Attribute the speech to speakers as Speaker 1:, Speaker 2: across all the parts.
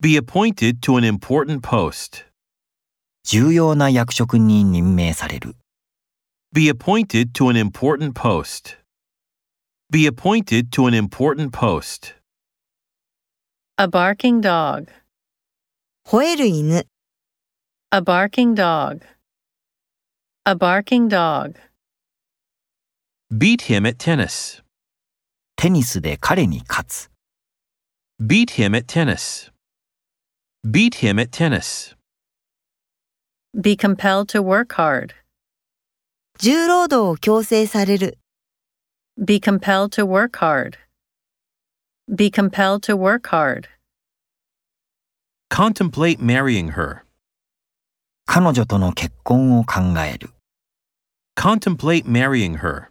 Speaker 1: Be appointed to an important post.
Speaker 2: 重要な役職に任命される。
Speaker 1: Be appointed to an important post. Be appointed to an important post.
Speaker 3: A barking dog.
Speaker 4: 吠える犬、
Speaker 3: A barking dog. A barking dog.
Speaker 1: Beat him at tennis.
Speaker 2: テニスで彼に勝つ。
Speaker 1: Beat him at tennis. Beat him at tennis.
Speaker 3: Be compelled to work hard.
Speaker 4: 重労働を強制される、
Speaker 3: Be compelled to work hard. Be compelled to work hard.
Speaker 1: Contemplate marrying her.
Speaker 2: 彼女との結婚を考える。
Speaker 1: Contemplate marrying her.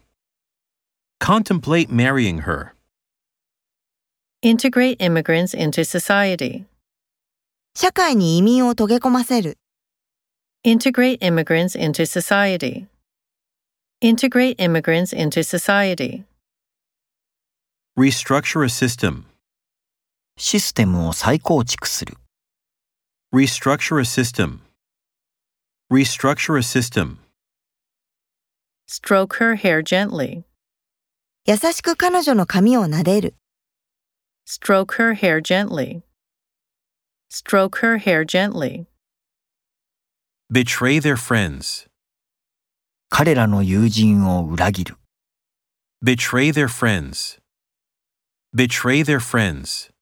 Speaker 1: Contemplate marrying her.
Speaker 3: Integrate immigrants into society.
Speaker 4: 社会に移民を溶け込ませる、
Speaker 3: Integrate immigrants into society. Integrate immigrants into society.
Speaker 1: Restructure a system.
Speaker 2: システムを再構築する。
Speaker 1: Restructure a system. Restructure a system.
Speaker 3: Stroke her hair gently.
Speaker 4: 優しく彼女の髪を撫でる、
Speaker 3: Stroke her hair gently. Stroke her hair gently.
Speaker 1: Betray their friends.
Speaker 2: 彼らの友人を裏切る。
Speaker 1: Betray their friends. Betray their friends.